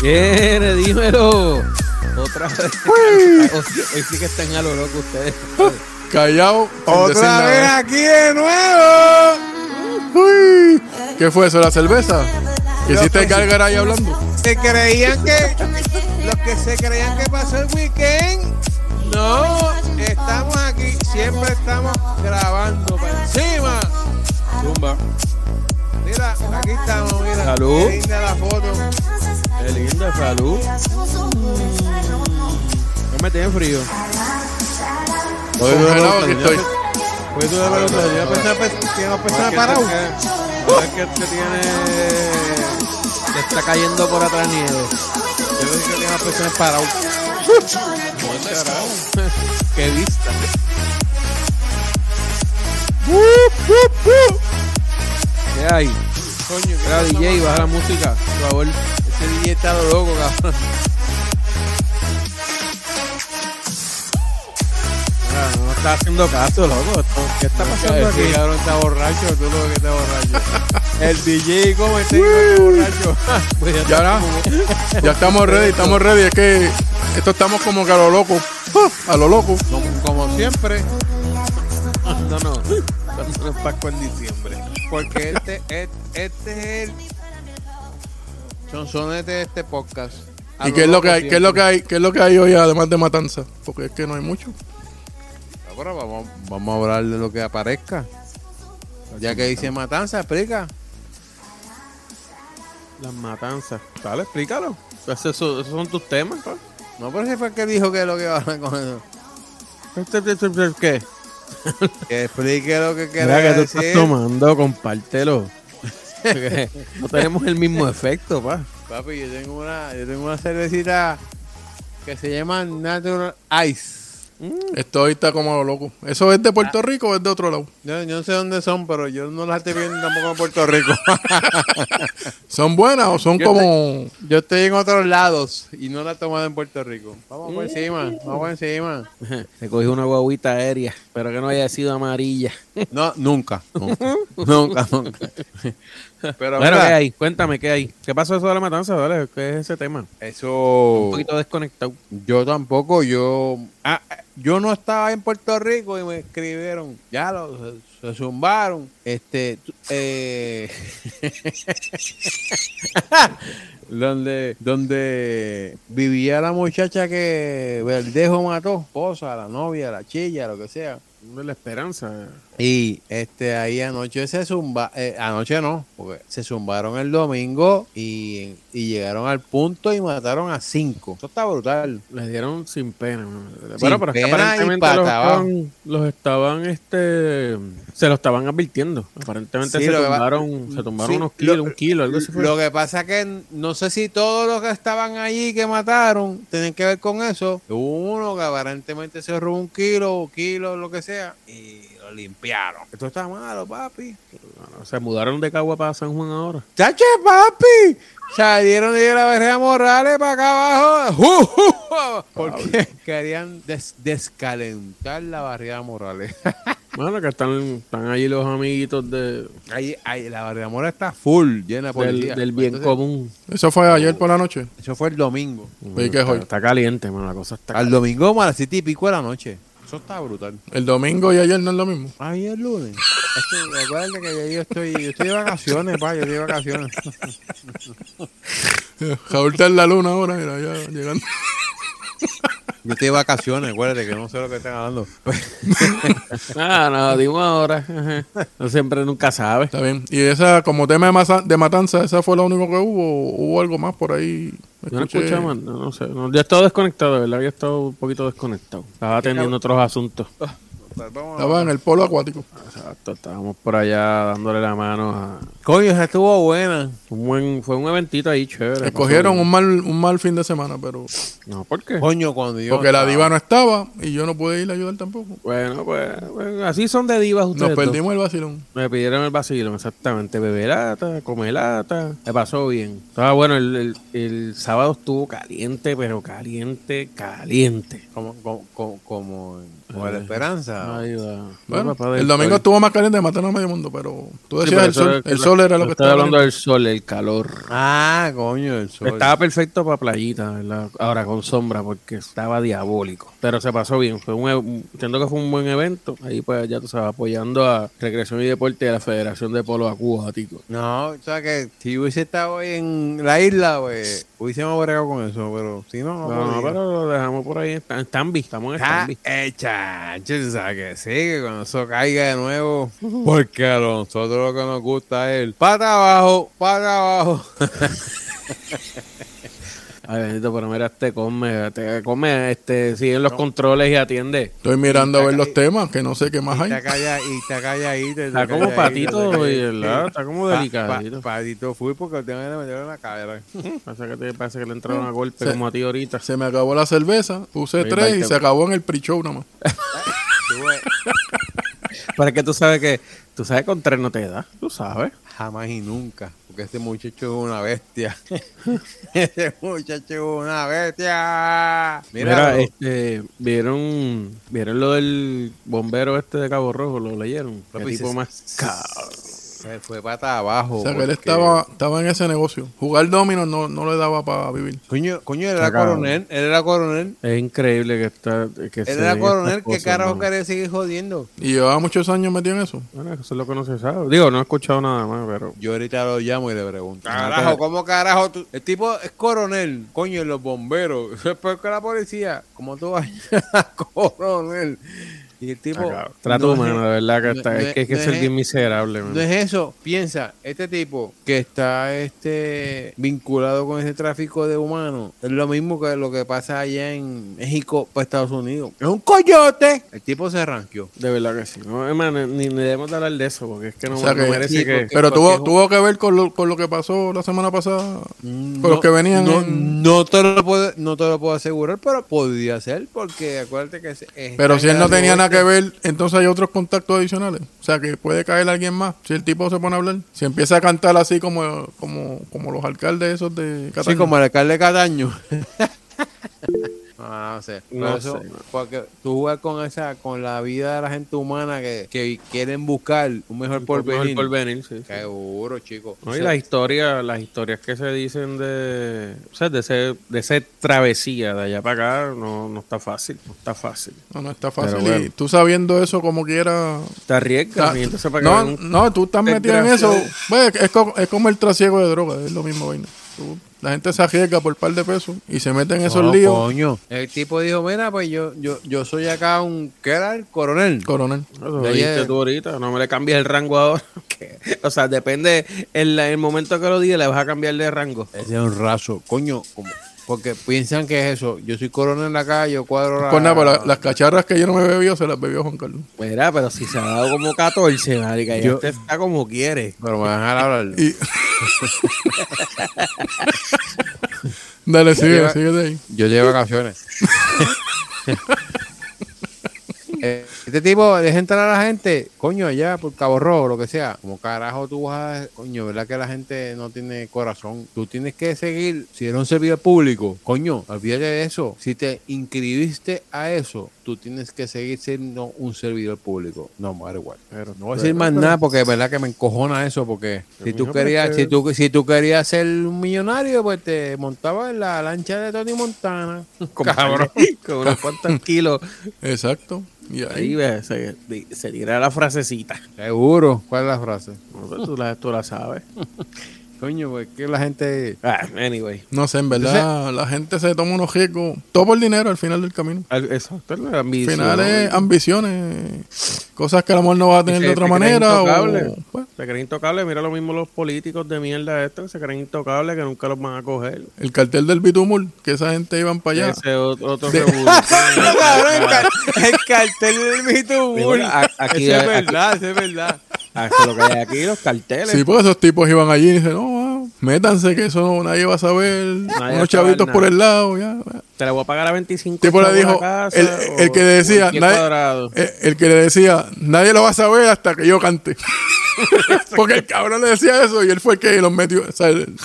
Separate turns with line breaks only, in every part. Viene, dímelo. Otra vez.
Uy.
Hoy, hoy sí que están a lo loco ustedes.
Callao. sin decir
Otra
nada.
vez aquí de nuevo.
Uy. ¿Qué fue eso? ¿La cerveza? ¿Que hiciste cargar ahí hablando?
Se creían que los que se creían que pasó el weekend. No, estamos aquí, siempre estamos grabando para encima.
Zumba.
Mira, aquí estamos, mira.
Salud.
Qué linda la foto.
Qué linda salud. No me tiene frío.
Estoy congelado, aquí estoy.
Fue tú de ver otro día, pues,
Pensaba pe- que nos pensaba
que
parado.
este- no es que este tiene. pues, Te está cayendo por atrás nieve. Yo dije que tiene las personas parado. Qué vista. ¿Qué hay?
Coño, qué
Era
cosa
DJ, baja la música, por favor. Ese DJ está lo loco, cabrón. Mira, No está haciendo caso, loco. ¿Qué está pasando
El
aquí?
cabrón está borracho, tú lo que está borracho. El DJ como este está borracho.
Pues
Ya ahora, ya estamos ready, estamos ready. Es que esto estamos como que a lo loco. A lo loco.
Como, como siempre,
No, no.
cuando nos Pascua en diciembre. Porque este, este, este es el sonsonete de este podcast. A
¿Y qué es lo que hay?
loco
¿Qué es lo que
siempre.
hay? ¿Qué es lo que hay hoy además de matanza? Porque es que no hay mucho.
Ahora vamos, vamos a hablar de lo que aparezca. Ya que dice matanza, explica.
Las matanzas. Dale, explícalo. Pues eso- esos son tus temas, ¿no?
No, pero ese fue el que dijo que es lo que van a coger.
Este ¿Qué?
Que explique lo
Mira
que
que
quiere
tú estás
decir.
tomando, compártelo. no tenemos el mismo efecto, pa.
Papi, yo tengo una, yo tengo una cervecita que se llama Natural Ice.
Esto hoy está como a lo loco. ¿Eso es de Puerto Rico o es de otro lado?
Yo, yo no sé dónde son, pero yo no las estoy viendo tampoco en Puerto Rico.
¿Son buenas o son
Yo
como.?
yo estoy en otros lados y no las he tomado en Puerto Rico. Vamos por encima, vamos por encima.
Se cogió una guaguita aérea, pero que no haya sido amarilla.
No, nunca. Nunca, nunca. nunca. Pero
Bueno,
mira,
¿qué hay? Cuéntame, ¿qué hay? ¿Qué pasó eso de la matanza? Dale, ¿qué es ese tema?
eso
Un poquito desconectado.
yo tampoco, yo ah, yo no estaba en Puerto Rico y me escribieron, ya lo se, se zumbaron. Este tú- eh, donde, donde vivía la muchacha que Verdejo mató, esposa, la novia, la chilla, lo que sea.
De la esperanza.
Y este ahí anoche se zumba, eh, anoche no, porque se zumbaron el domingo y, y llegaron al punto y mataron a cinco. Esto está brutal.
Les dieron sin pena. man.
Sin
pero es que
pena y
aparentemente
pata
los
abajo.
estaban, los estaban, este, se lo estaban advirtiendo. Aparentemente
Sí,
se,
lo que va- Mm,
tumbaron, se tumbaron
Sí,
unos kilos,
lo-
un kilo, algo así. fue.
Lo que pasa que no sé si todos los que estaban allí que mataron tienen que ver con eso. Hubo uno que aparentemente se robó un kilo o kilo, lo que sea, y lo limpiaron. Esto está malo, papi.
Bueno, se mudaron de Cagua para San Juan ahora.
¡Chache, papi! Salieron de la verja Morales para acá abajo. ¡Ju, ju, ju! Porque querían des- descalentar la barriada Morales.
Bueno, que están, están ahí los amiguitos de,
Ahí, ahí, la barriada Morales está full, llena de
del,
policía.
del bien
Entonces,
común.
¿Eso fue ayer por la noche?
Eso fue el domingo.
¿Y qué es
está,
hoy?
está caliente, man, la cosa está
Al domingo como a las siete y pico de la noche. Eso está brutal.
El domingo y ayer no es lo mismo.
Ahí es lunes. Es que, acuérdate que yo- yo estoy, yo estoy de vacaciones, pa, yo estoy de vacaciones.
Raúl está en la luna ahora, mira, ya llegando.
Yo estoy de vacaciones, acuérdate que no sé lo que están hablando.
Ah, no, digo ahora. Ajá. No siempre nunca sabes.
Está bien. ¿Y esa, como tema de, masa- de matanza, esa fue lo único que hubo? o ¿Hubo algo más por ahí?
Yo no escuché, man, no, no sé. No, yo he estado desconectado, de verdad. Yo he estado un poquito desconectado. Estaba atendiendo otros asuntos.
Estaba en el polo acuático.
Exacto, estábamos por allá dándole la mano a.
Coño, esa estuvo buena.
Un buen, fue un eventito ahí chévere.
Escogieron
pasó
un mal, un mal fin de semana, pero.
bien. No, ¿por qué?
Coño, cuando yo.
Porque la diva no estaba y yo no pude ir a ayudar tampoco.
Bueno, pues, bueno, así son de divas
Nos
ustedes. dos.
perdimos el vacilón.
Me pidieron el vacilón, exactamente. Bebelata, comelata. Me pasó bien. Estaba bueno, el, el, el sábado estuvo caliente, pero caliente, caliente.
Como, como, como, como, como la esperanza.
Ahí va.
Bueno,
Papá del
el domingo
sol.
estuvo más caliente, mataron a medio mundo, pero tú
Sí,
decías
pero
el
eso
sol.
era-
el sol era lo que
Estoy
estaba.
hablando del sol, el el calor.
Ah, coño, el sol.
Estaba perfecto para playita, ¿verdad? Ahora con sombra, porque estaba diabólico. Pero se pasó bien. Fue un, e- entiendo que fue un buen evento. Ahí pues ya tú sabes, apoyando a Recreación y Deporte de la Federación de Polo Acuático.
No, o sea que si hubiese estado hoy en la isla, pues, hubiésemos bregado con eso, pero si
Ah,
no, no.
No, no,
podía.
Ah, pero lo dejamos por ahí. Está- En Stanby, estamos en
Está
Stanby.
hecha, Ah, eh, tú sabes que sí, que cuando eso caiga de nuevo, porque a nosotros lo que nos gusta es el para abajo, para abajo.
Ay, bendito, pero mira, te come, te come, este, siguen los controles y atiende.
Estoy mirando a ver los
Ahí.
temas, que no sé qué más
Y
hay.
está calla- y está calladito.
Está como patito, ¿verdad? Está como delicadito.
patito fui porque tengo que meterlo en la cadera.
Pasa que, te, pasa que le entraron a golpe como a ti ahorita.
Se me acabó la cerveza, puse
Ahí va
tres
el
y se
tema.
acabó en el pre-show nada más.
Estuve-
Pero es que tú sabes que, tú sabes que con tres no te da, tú sabes.
Jamás y nunca, porque este muchacho es una bestia. este muchacho es una bestia.
Mira,
Mira, lo-
este, vieron, vieron lo del bombero este de Cabo Rojo, lo leyeron. Qué
Papi,
tipo
se-
más cabrón.
se fue pata abajo.
O sea que él
porque-
estaba, estaba en ese negocio. Jugar domino no, no le daba para vivir.
Coño, coño, él era
Está cabrón.
coronel, él era coronel.
Es increíble que está, que se
Él era
den
coronel,
estas
¿qué
cosas,
carajo
mano.
quería seguir jodiendo?
Y llevaba muchos años metido en eso.
Bueno, eso es lo que no se sabe. Digo, no he escuchado nada más, pero
Yo ahorita lo llamo y le pregunto. Carajo, ¿cómo carajo tú? El tipo es coronel, coño, y los bomberos. Eso es peor que la policía. ¿Cómo tú vas a coronel? Y el tipo.
Acá, trato
no es-
humano, de verdad que
no-
está,
no
es que es que
no
es el bien miserable,
No
mano.
es eso, piensa, este tipo que está este vinculado con ese tráfico de humanos, es lo mismo que lo que pasa allá en México para Estados Unidos. Es un coyote. El tipo se ranqueó.
De verdad que sí. No, hermano, ni, ni debemos de hablar de eso, porque es que no,
O sea
no
que-
merece
sí,
que.
porque-
Pero tuvo,
porque-
tuvo que ver con lo, con lo que pasó la semana pasada.
Con
los que venían
Mm, No,
en-
no te lo puedo, no te lo puedo asegurar, pero podría ser, porque acuérdate que... se-
Pero
está
si él
en
no
la
tenía nada que
norte.
ver, entonces hay otros contactos adicionales. O sea que puede caer alguien más. Si el tipo se pone a hablar, si empieza a cantar así como, como, como los alcaldes esos de
Sí,
Cataño.
como el alcalde Cataño. Ah, no sé. Pero
No
eso,
sé, no.
porque tú jugar con esa, con la vida de la gente humana que, que quieren buscar un mejor
por
porvenir.
porvenir, sí, sí.
Seguro, chico.
No, y las historias, las historias que se dicen de, o sea, de ese, de ese travesía de allá para acá, no, no está fácil, no está fácil.
No, no está fácil.
Pero bueno.
Y tú sabiendo eso como quiera...
Te arriesgas
Ah,
y entonces para
no,
que vean-
no, tú estás metido en eso.
Desgraciado.
Pues, es, co- es como el trasiego de droga, es lo mismo, vaina. Tú- la gente se arriesga por par de pesos y se mete en esos
No,
líos.
coño. El tipo dijo, mira, pues yo, yo, yo soy acá un, ¿qué era el coronel?
Coronel.
Eso
de
lo dijiste
ayer.
tú ahorita, no me le cambies el rango ahora. que- o sea, depende, en la- el momento que lo diga le vas a cambiar de rango.
Ese es un raso, coño. como- porque piensan que es eso. Yo soy coronel acá, yo cuadro la...
Pues nada, pero la- las cacharras que yo no me bebió se las bebió Juan Carlos.
Mira, pero si se ha dado como 14, marica, ya
Yo-
usted está como quiere.
Pero me van a dejar hablar.
Y... Dale, sigue,
Lleva-
sigue de ahí.
Yo llevo vacaciones. Eh, este tipo deja entrar a la gente, coño, allá por Cabo Rojo, lo que sea. Como carajo tú vas a. Coño, ¿verdad que la gente no tiene corazón? Tú tienes que seguir. Si eres un servidor público, coño, olvídate de eso. Si te inscribiste a eso, tú tienes que seguir siendo un servidor público. No, madre, igual.
Pero
No voy a decir más nada porque es verdad que me encojona eso porque si tú
mijo, pero
querías
es que-
si tú si tú querías ser un millonario pues te montabas en la lancha de Tony Montana
cabrón, con unos cuantos kilos.
Exacto. Y
Ahí
ahí.
ve, se, se tira la frasecita.
seguro cuál es la frase
No, pero tú, la, tú la sabes.
coño pues que la gente
Ah, anyway.
No sé, en verdad, la gente se toma unos riesgos. Todo por dinero al final del camino.
Al- Exacto, la
Al
ambición.
final es ambiciones, cosas que el amor no va a tener de otra manera. O, pues,
Se creen intocables. Mira lo mismo los políticos de mierda estos que se creen intocables que nunca los van a coger.
el cartel del Bitumul, que esa gente iban para allá.
Ese otro, otro
De-
revolución.
el cartel del mito
Digo, a- aquí-
es
a-
verdad eso es verdad
Ah, que lo que hay aquí, los carteles.
Sí, pues esos tipos iban allí y dicen, no, ah, métanse que eso no- nadie va a saber.
va a
unos
saber
chavitos
nada.
por el lado, ya. ya.
Te la voy a pagar a 25
Tipo le
chavos
dijo,
la casa,
el,
o-
el que
o
decía,
10
nadie,
cuadrados.
el, el que le decía, nadie lo va a saber hasta que yo cante. Porque el cabrón le decía eso y él fue el que los metió, o sea, el-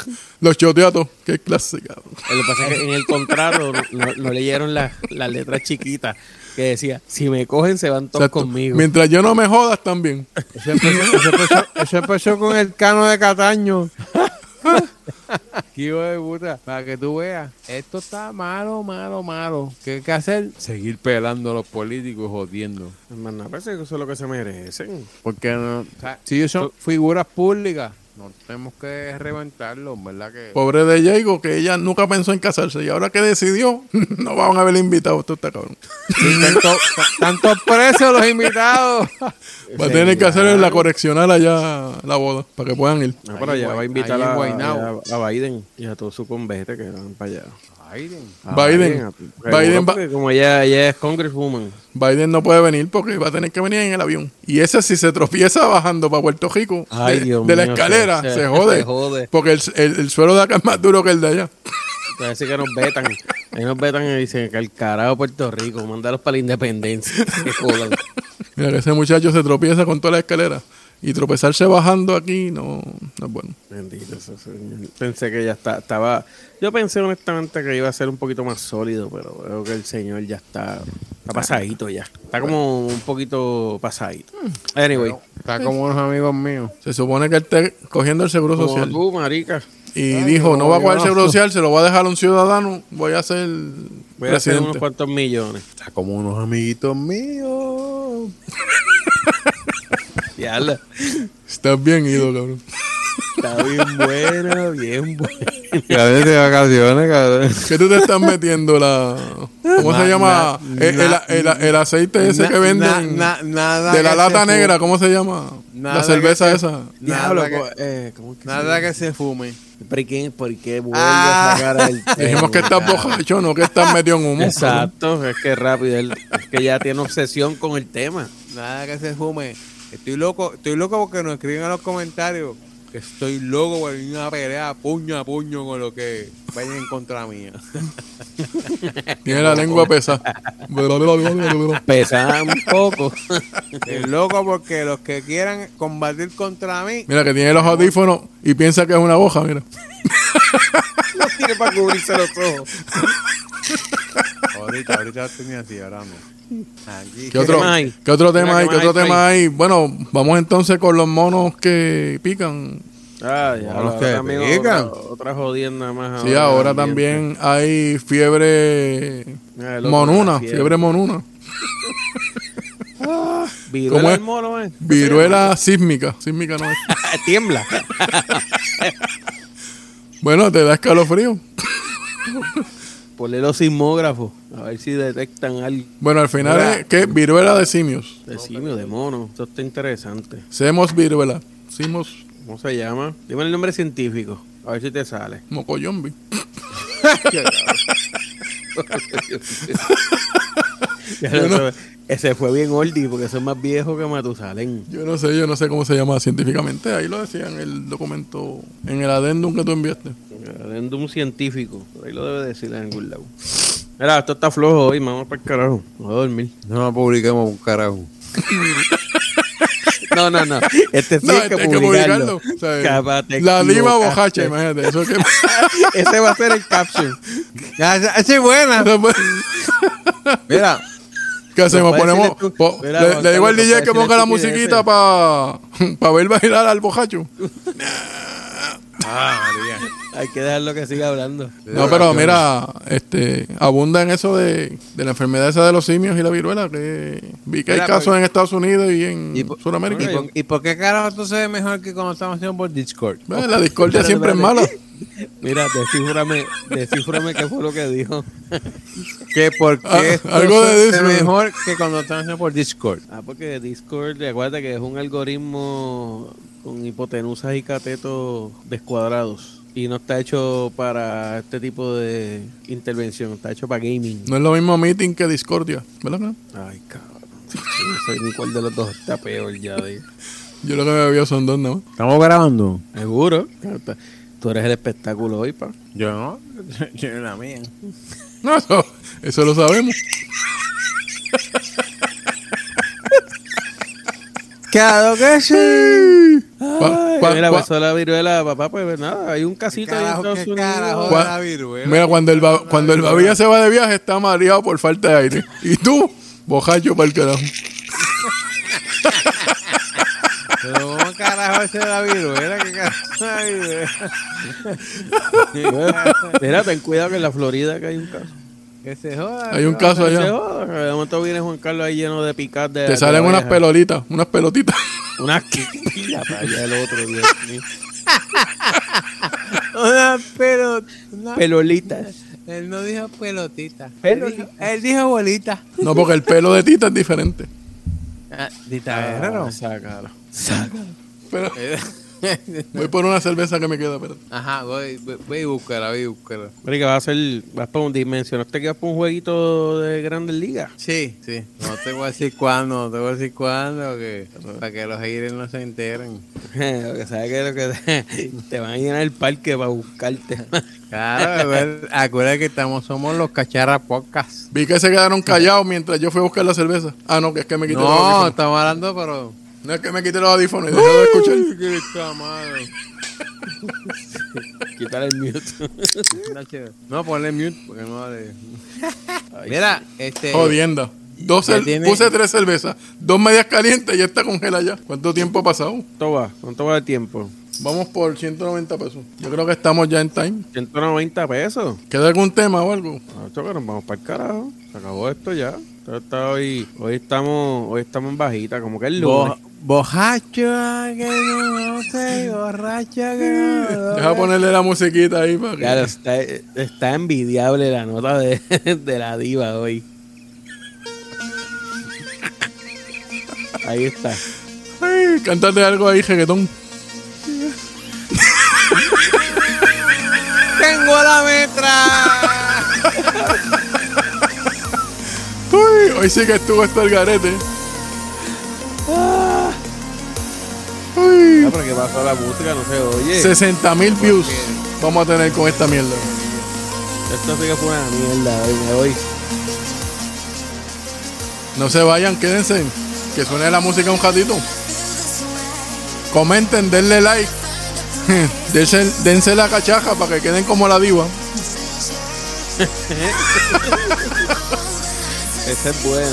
los choteó a todos. Qué clase, cabrón.
Lo que pasa es que en el contrato no, no leyeron las las letras chiquitas que decía, si me cogen se van
O
todos
sea, tú-
conmigo.
Mientras yo no me jodas, también.
eso empezó, eso empezó- eso empezó con el cano de Cataño Qué hijo de puta. Para que tú veas, esto está malo, malo, malo. ¿Qué hay que hacer? Seguir pelando a los políticos y jodiendo.
Hermano, parece que eso es lo que se merecen.
Porque no, o sea, Ah, si ellos son figuras públicas, no tenemos que reventarlos, ¿verdad? Que
Pobre de Diego, que ella nunca pensó en casarse y ahora que decidió, no van a haber invitados. Esto está cabrón.
Sí, tanto- tantos presos los invitados.
Va a tener que hacer en la correccional allá la boda para que puedan ir.
No, pero
Ahí en
allá
Guay-
va a invitar
ahí en
a,
Guaynabo.
a- a Biden y a todo su convete que van para allá.
Biden.
A
Biden.
a-
Biden
Seguro,
va-
porque Como ella, ella es congresswoman.
Biden no puede venir porque va a tener que venir en el avión. Y ese si se tropieza bajando para Puerto Rico
Ay,
de,
Dios
de la
mío,
escalera,
se-
se,
se
jode.
jode.
Porque el, el- el suelo de acá es más duro que el de allá.
Parece que nos vetan. Ahí nos vetan y dicen que el carajo Puerto Rico, mandalos para la independencia. Que jodan.
Mira que ese muchacho se tropieza con toda la escalera. Y tropezarse bajando aquí no, no es bueno.
Bendito sea, Señor. Pensé que ya está, estaba. Yo pensé honestamente que iba a ser un poquito más sólido, pero veo que el señor ya está, está pasadito ya. Está como un poquito pasadito. Anyway,
Está como unos amigos míos.
Se supone que él está cogiendo el seguro
como
social.
tú, marica.
Y dijo, no va a
yo
coger el
no.
seguro social, se lo va a dejar a un ciudadano, voy a ser
Voy a hacer
presidente.
unos cuantos millones.
Está como unos amiguitos míos.
Ya
Estás bien ido, cabrón.
Está bien buena, bien buena.
Cabrón, de vacaciones, cabrón.
¿Qué tú te estás metiendo la... ¿Cómo
Na-
se llama? Eh,
na-
el,
na-
el- el- el aceite ese
Na-
que venden
na- na- nada
de
que
la lata
se fu-
negra, ¿cómo se llama?
Nada
la cerveza
que se-
esa.
Diablo,
Nada que-
co- eh, ¿cómo es que se
Nada que se fume.
llama? ¿Por qué, por qué vuelve
Ah.
a sacar el tema,
Dijimos que estás
cabrón?
bojacho, no que estás metido en humo.
Exacto, es que rápido. él- es que ya tiene obsesión con el tema.
Nada que se fume. Estoy loco, estoy loco porque nos escriben en los comentarios que estoy loco por ir a una pelea puño a puño con lo que vayan en contra mía.
Tiene la lengua pesada.
Pesa un poco.
Estoy loco porque los que quieran combatir contra mí
Mira que tiene los audífonos y piensa que es una hoja, mira.
tiene para cubrirse los ojos.
Ahorita, ahorita lo tenía así, ahora no. Aquí.
¿Qué otro,
tema hay?
¿Qué otro
Mira,
tema hay?
¿qué
¿Qué
más
otro
hay por
tema hay? Bueno, vamos entonces con los monos que pican.
Ah, ya.
Bueno, los que
ahora también
pican.
otra, otra jodienda más.
Sí, ahora también hay fiebre
Ah, el otro,
monuna,
la fiebre.
fiebre monuna.
Viruela
¿Cómo es?
del mono, ¿eh? Ah,
Viruela sísmica, sísmica no es.
Tiembla.
Bueno, te da escalofrío.
Ponle los sismógrafos. A ver si detectan algo
Bueno, al final
Mira.
es que viruela de simios.
de simio, de mono. Esto está interesante.
Semos viruela, simos
¿Cómo se llama? Dime el nombre científico. A ver si te sale.
mocoyombi.
Ya lo sabes. Ese fue bien oldie porque son más viejos que Matusalén.
Yo no sé, yo no sé cómo se llama científicamente. Ahí lo decía en el documento, en el adendum que tú enviaste.
De un científico. Por ahí lo debe decir en algún lado. Mira, esto está flojo hoy. Vamos para el carajo. Voy a dormir.
No lo publiquemos un carajo.
No, no, no. Este sí
No,
hay
este
que
hay que
publicarlo.
publicarlo, ¿sabes?
Cápate,
La diva
equivocaste.
bojacha, imagínate. Eso que...
Ese va a ser el caption.
Ya, ya, esa es buena. Mira,
¿Qué hacemos?
Nos parece
Ponemos,
que tú-
po-
Mira,
le,
Juan
le digo
Carlos,
al DJ que
nos
ponga
parece
la
una
musiquita para ver bailar al bojacho.
Hay que dejarlo que siga hablando.
No, pero mira, este, abunda en eso de, de la enfermedad esa de los simios y la viruela, que vi que hay
Mira,
casos
pues-
en Estados Unidos y en
Y po-
Sudamérica.
Ok.
¿y por, y por qué carajo tú se ve mejor que cuando estamos haciendo por Discord?
Ve, La discordia
Espérate,
siempre es
espérate.
mala.
Mira, desciframe, desciframe qué fue lo que dijo.
Que por qué
Ah,
esto
algo de
se ve
Discord.
mejor que cuando estamos haciendo por Discord.
Ah, porque Discord, acuérdate que es un algoritmo con hipotenusas y catetos descuadrados. Y no está hecho para este tipo de intervención, está hecho para gaming.
No es lo mismo meeting que discordia, ¿verdad? que no?
Ay, cabrón. Yo No sé ni cuál de los dos está peor ya. digo.
Yo lo que me veo son dos nada más.
¿Estamos grabando?
Seguro. Tú eres el espectáculo hoy, pa.
Yo no. Yo la mía.
No, eso, eso lo sabemos.
Claro que
Pa-
Ay,
pa-
mira,
pa-
pasó la viruela, papá, pues nada, hay un casito ahí en
Carajo,
Estados
qué
Unidos.
carajo
Cua-
de la viruela.
Mira, cuando el, ba- cuando el babilla se va de viaje está mareado por falta de aire. Y tú, bojacho para el carajo.
Pero ¿cómo es carajo ese de la viruela? ¿Qué carajo de la viruela?
Pues, Mira, ten cuidado que en la Florida que hay un caso.
que se joda.
Hay un
¿no?
caso
Se
allá.
joda, De momento viene Juan Carlos ahí lleno de picar de.
Te
de
salen unas
oreja.
pelolitas, unas pelotitas.
Unas quilla para allá el otro, Dios mío.
Una pelo, una-
Pelolitas.
él no dijo pelotita.
Pelotita.
Él dijo, él dijo bolita.
No, porque el pelo de tita es diferente.
Ah, Dita Guerrero.
Ah, sácalo.
Pero voy por una cerveza que me queda, pero
Ajá, voy, voy, voy y búscala, voy y búscala.
Oye, que vas a hacer. Vas para un. Mencionaste que vas para un jueguito de Grandes Ligas.
Sí, sí. No te voy a decir cuándo, no te voy a decir cuándo, que, para que los haters no se enteren.
Porque sabes que, lo que te van a llenar el parque para buscarte.
Claro, a ver, acuérdate que estamos, somos los cacharra podcast.
vi que se quedaron callados mientras yo fui a buscar la cerveza. Ah, no, que es que me quité los
No,
audífonos.
estamos hablando, pero.
No es que me quité los audífonos. Deja de escuchar.
Uy, qué está mal.
Quitar el mute.
No, ponle mute porque no vale. Mira, este.
Jodienda. Dos
Ya
cer-
tiene-
Puse tres cervezas, dos medias calientes y esta congela ya. ¿Cuánto tiempo ha pasado?
¿Cuánto va? ¿Cuánto va el tiempo?
Vamos por 190 pesos. Yo creo que estamos ya en time.
190 pesos.
¿Queda algún tema o algo?
Ah, choca, nos vamos para el carajo. Se acabó esto ya. Esto está hoy, hoy estamos, hoy estamos en bajita, como que el lunes.
bo- Bojacha que no sé, borracha que no.
Deja ponerle la musiquita ahí para que...
Claro, está, está envidiable la nota de, de la diva hoy. Ahí está.
Ay, cántate algo ahí, jeguetón.
Tengo la
Ah,
metra.
Uy, hoy sí que estuvo esto el garete. Uy,
Ah, pero ¿qué pasó? La música no se oye.
60 mil views vamos a tener con esta mierda.
Esto sí que fue una mierda hoy, me voy.
No se vayan, quédense. Que suene la música un ratito. Comenten, denle like. Dense, dense la cachaja para que queden como la diva.
Esta es buena.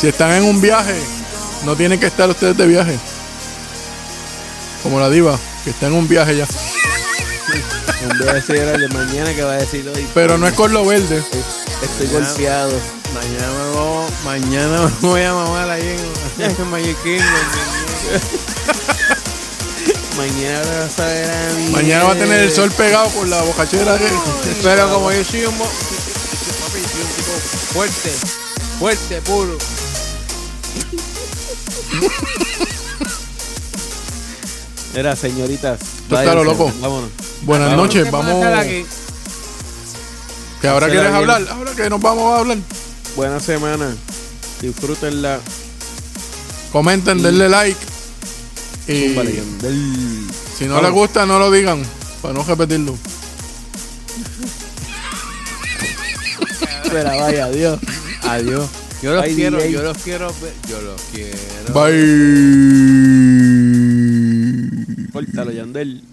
Si están en un viaje, no tienen que estar ustedes de viaje. Como la diva, que está en un viaje ya.
En vez de decir el de mañana que va a decir hoy,
Pero no es con lo verde.
estoy golpeado.
Mañana me voy, mañana me voy a mamar ahí en, en Magic Kingdom.
Mañana vas a ver a mí.
Mañana va a tener el sol pegado con la bocachera. que-
Pero como yo soy un, mo- papi, soy un tipo fuerte, fuerte, puro.
Era señoritas.
Tú estás lo
váyanse,
loco.
Vámonos.
Buenas
Vamos.
noches, vamos. Que ahora
Será
quieres
bien.
hablar, ahora que nos vamos a hablar.
Buena semana. Disfrútenla.
Comenten, denle like. Y
Zúmbale, Yandel.
si no les gusta, no lo digan. Para no repetirlo.
Pero vaya, adiós.
Adiós. Yo los
Bye,
quiero,
DJ.
yo los quiero, ver- yo los quiero.
Bye.
Córtalo, Yandel.